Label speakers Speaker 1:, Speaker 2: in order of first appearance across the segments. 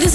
Speaker 1: this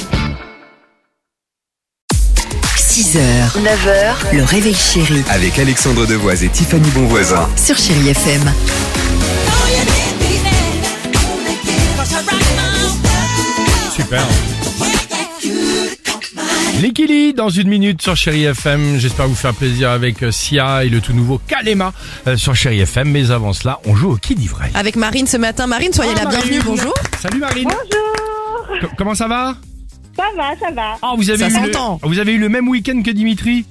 Speaker 2: 6h, 9h, le réveil chéri
Speaker 3: avec Alexandre Devoise et Tiffany Bonvoisin.
Speaker 2: sur Chérie FM.
Speaker 4: Super. Likili dans une minute sur Chéri FM. J'espère vous faire plaisir avec euh, Sia et le tout nouveau Kalema euh, sur Chéri FM. Mais avant cela, on joue au qui dit vrai.
Speaker 5: Avec Marine ce matin. Ah, Marine, soyez la bienvenue, bonjour.
Speaker 4: Salut Marine. Bonjour. comment ça va
Speaker 6: Ça va, ça va.
Speaker 4: Ah, vous avez
Speaker 5: Ça
Speaker 4: eu
Speaker 5: s'entend.
Speaker 4: le, vous avez eu le même week-end que Dimitri.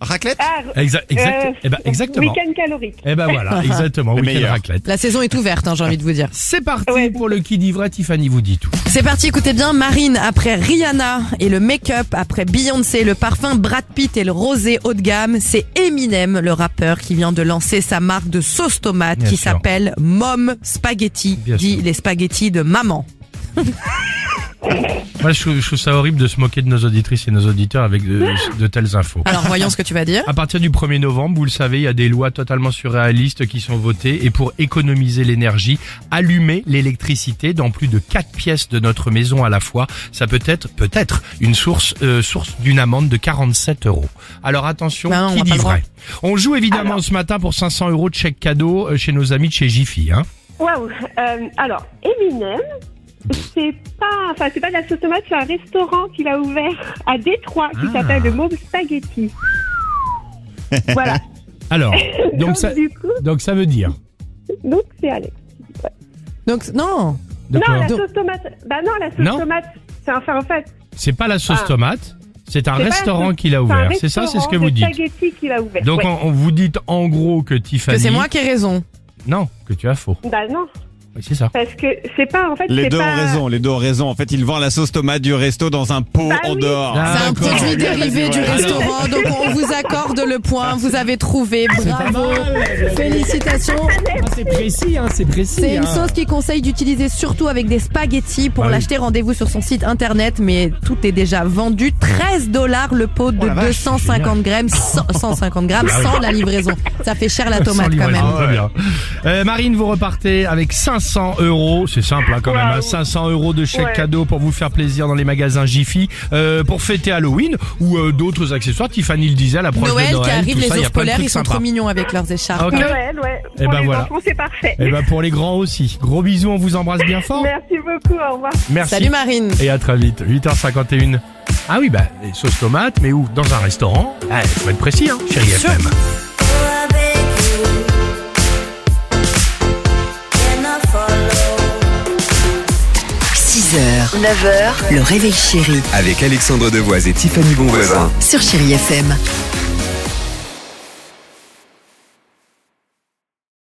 Speaker 7: Raclette
Speaker 6: Ah,
Speaker 4: Exa- exact-
Speaker 6: euh,
Speaker 4: eh ben, exactement.
Speaker 6: Week-end calorique.
Speaker 4: Eh ben voilà, exactement. Week-end
Speaker 7: meilleur.
Speaker 4: raclette.
Speaker 5: La saison est ouverte, hein, j'ai envie de vous dire.
Speaker 4: C'est parti
Speaker 6: Ouais.
Speaker 4: pour le qui dit vrai. Tiffany vous dit tout.
Speaker 5: C'est parti, écoutez bien. Marine après Rihanna et le make-up, après Beyoncé, le parfum Brad Pitt et le rosé haut de gamme, c'est Eminem, le rappeur qui vient de lancer sa marque de sauce tomate
Speaker 4: Bien
Speaker 5: qui
Speaker 4: sûr.
Speaker 5: s'appelle Mom Spaghetti,
Speaker 4: Bien
Speaker 5: dit
Speaker 4: sûr.
Speaker 5: les spaghettis de maman.
Speaker 4: Moi, je, trouve- je trouve ça horrible de se moquer de nos auditrices et nos auditeurs avec de, de telles infos.
Speaker 5: Alors voyons ce que tu vas dire.
Speaker 4: À partir du 1er novembre, vous le savez, il y a des lois totalement surréalistes qui sont votées et pour économiser l'énergie, allumer l'électricité dans plus de quatre pièces de notre maison à la fois, ça peut être peut-être une source euh, source d'une amende de 47 euros. Alors attention,
Speaker 5: Bah non, on
Speaker 4: qui
Speaker 5: n'a
Speaker 4: dit
Speaker 5: pas le droit.
Speaker 4: vrai On joue évidemment ce matin pour 500 euros de chèque cadeau euh, chez nos amis de chez Jiffy. Hein
Speaker 6: Waouh. Euh, Alors, Eminem, c'est pas, enfin, c'est pas de la sauce tomate, c'est un restaurant qu'il a ouvert à Détroit qui
Speaker 4: Ah.
Speaker 6: s'appelle le Mauve Spaghetti. voilà.
Speaker 4: Alors, donc ça,
Speaker 6: du coup,
Speaker 4: donc ça veut dire.
Speaker 6: donc c'est Alex.
Speaker 5: Donc non,
Speaker 4: de
Speaker 6: Non,
Speaker 4: quoi
Speaker 6: la sauce tomate. Bah non, la sauce
Speaker 4: Non.
Speaker 6: tomate, c'est un, enfin, en fait,
Speaker 4: C'est pas la sauce
Speaker 6: Ah.
Speaker 4: tomate, c'est
Speaker 6: c'est
Speaker 4: un
Speaker 6: pas la
Speaker 4: restaurant
Speaker 6: sauce-
Speaker 4: qu'il a
Speaker 6: un
Speaker 4: ouvert. C'est ça, c'est ce
Speaker 6: restaurant
Speaker 4: que
Speaker 6: de
Speaker 4: vous dites.
Speaker 6: Spaghetti qu'il a ouvert.
Speaker 4: Donc
Speaker 6: ouais.
Speaker 4: on, on vous dit en gros que Tiffany.
Speaker 5: que c'est moi qui ai raison.
Speaker 4: Non, que tu as faux.
Speaker 6: Bah non,
Speaker 4: Oui, c'est ça.
Speaker 6: parce que c'est pas, en fait,
Speaker 7: Les
Speaker 6: c'est
Speaker 7: deux
Speaker 6: pas.
Speaker 7: ont raison, les deux ont raison. En fait, ils vendent la sauce tomate du resto dans un pot
Speaker 6: Bah
Speaker 7: en
Speaker 6: oui.
Speaker 7: dehors.
Speaker 4: Ah,
Speaker 5: C'est un
Speaker 4: d'accord.
Speaker 5: produit dérivé du
Speaker 7: Alors-
Speaker 5: restaurant, donc on vous accorde le point. Vous avez trouvé,
Speaker 4: Ah,
Speaker 5: bravo, félicitations.
Speaker 4: c'est précis, hein, c'est précis.
Speaker 5: C'est une sauce qu'il conseille d'utiliser surtout avec des spaghettis. Pour
Speaker 4: Ah oui.
Speaker 5: l'acheter, rendez-vous sur son site internet, mais tout est déjà vendu. 13 dollars le pot de
Speaker 4: Oh la vache,
Speaker 5: 250 grammes, cent- 150 grammes
Speaker 4: Ah oui. Ah
Speaker 5: sans la livraison. Ça fait cher la tomate quand même.
Speaker 4: Euh, Marine, vous repartez avec 500 euros. C'est simple hein, quand même. hein.
Speaker 6: Waouh.
Speaker 4: 500 euros de chèque
Speaker 6: Ouais.
Speaker 4: cadeau pour vous faire plaisir dans les magasins Jiffy euh, pour fêter Halloween ou euh, d'autres accessoires. Tiffany le disait à l'approche
Speaker 5: Noël
Speaker 4: de Noël.
Speaker 5: qui arrive,
Speaker 4: tout
Speaker 5: les
Speaker 4: ça, il y
Speaker 5: ours
Speaker 4: a plein de
Speaker 5: polaires,
Speaker 4: trucs
Speaker 5: ils sont
Speaker 4: sympas.
Speaker 5: trop mignons avec leurs écharpes.
Speaker 4: Ah, ok.
Speaker 6: Noël, ouais.
Speaker 4: Eh
Speaker 6: Pour
Speaker 4: ben
Speaker 6: les
Speaker 4: voilà.
Speaker 6: enfants, c'est parfait.
Speaker 4: Et ben pour les grands aussi. Gros bisous, on vous embrasse bien fort.
Speaker 6: Merci beaucoup, au revoir.
Speaker 4: Merci.
Speaker 5: Salut Marine.
Speaker 4: Et à très vite, 8h51. Ah oui, bah, les sauces tomates, mais où Dans un restaurant Ah, faut être précis, hein, chérie FM.
Speaker 8: follow
Speaker 2: 6h, 9h, le réveil chéri
Speaker 3: Avec Alexandre Devoise et Tiffany Bonvoisin.
Speaker 2: sur Chérie FM.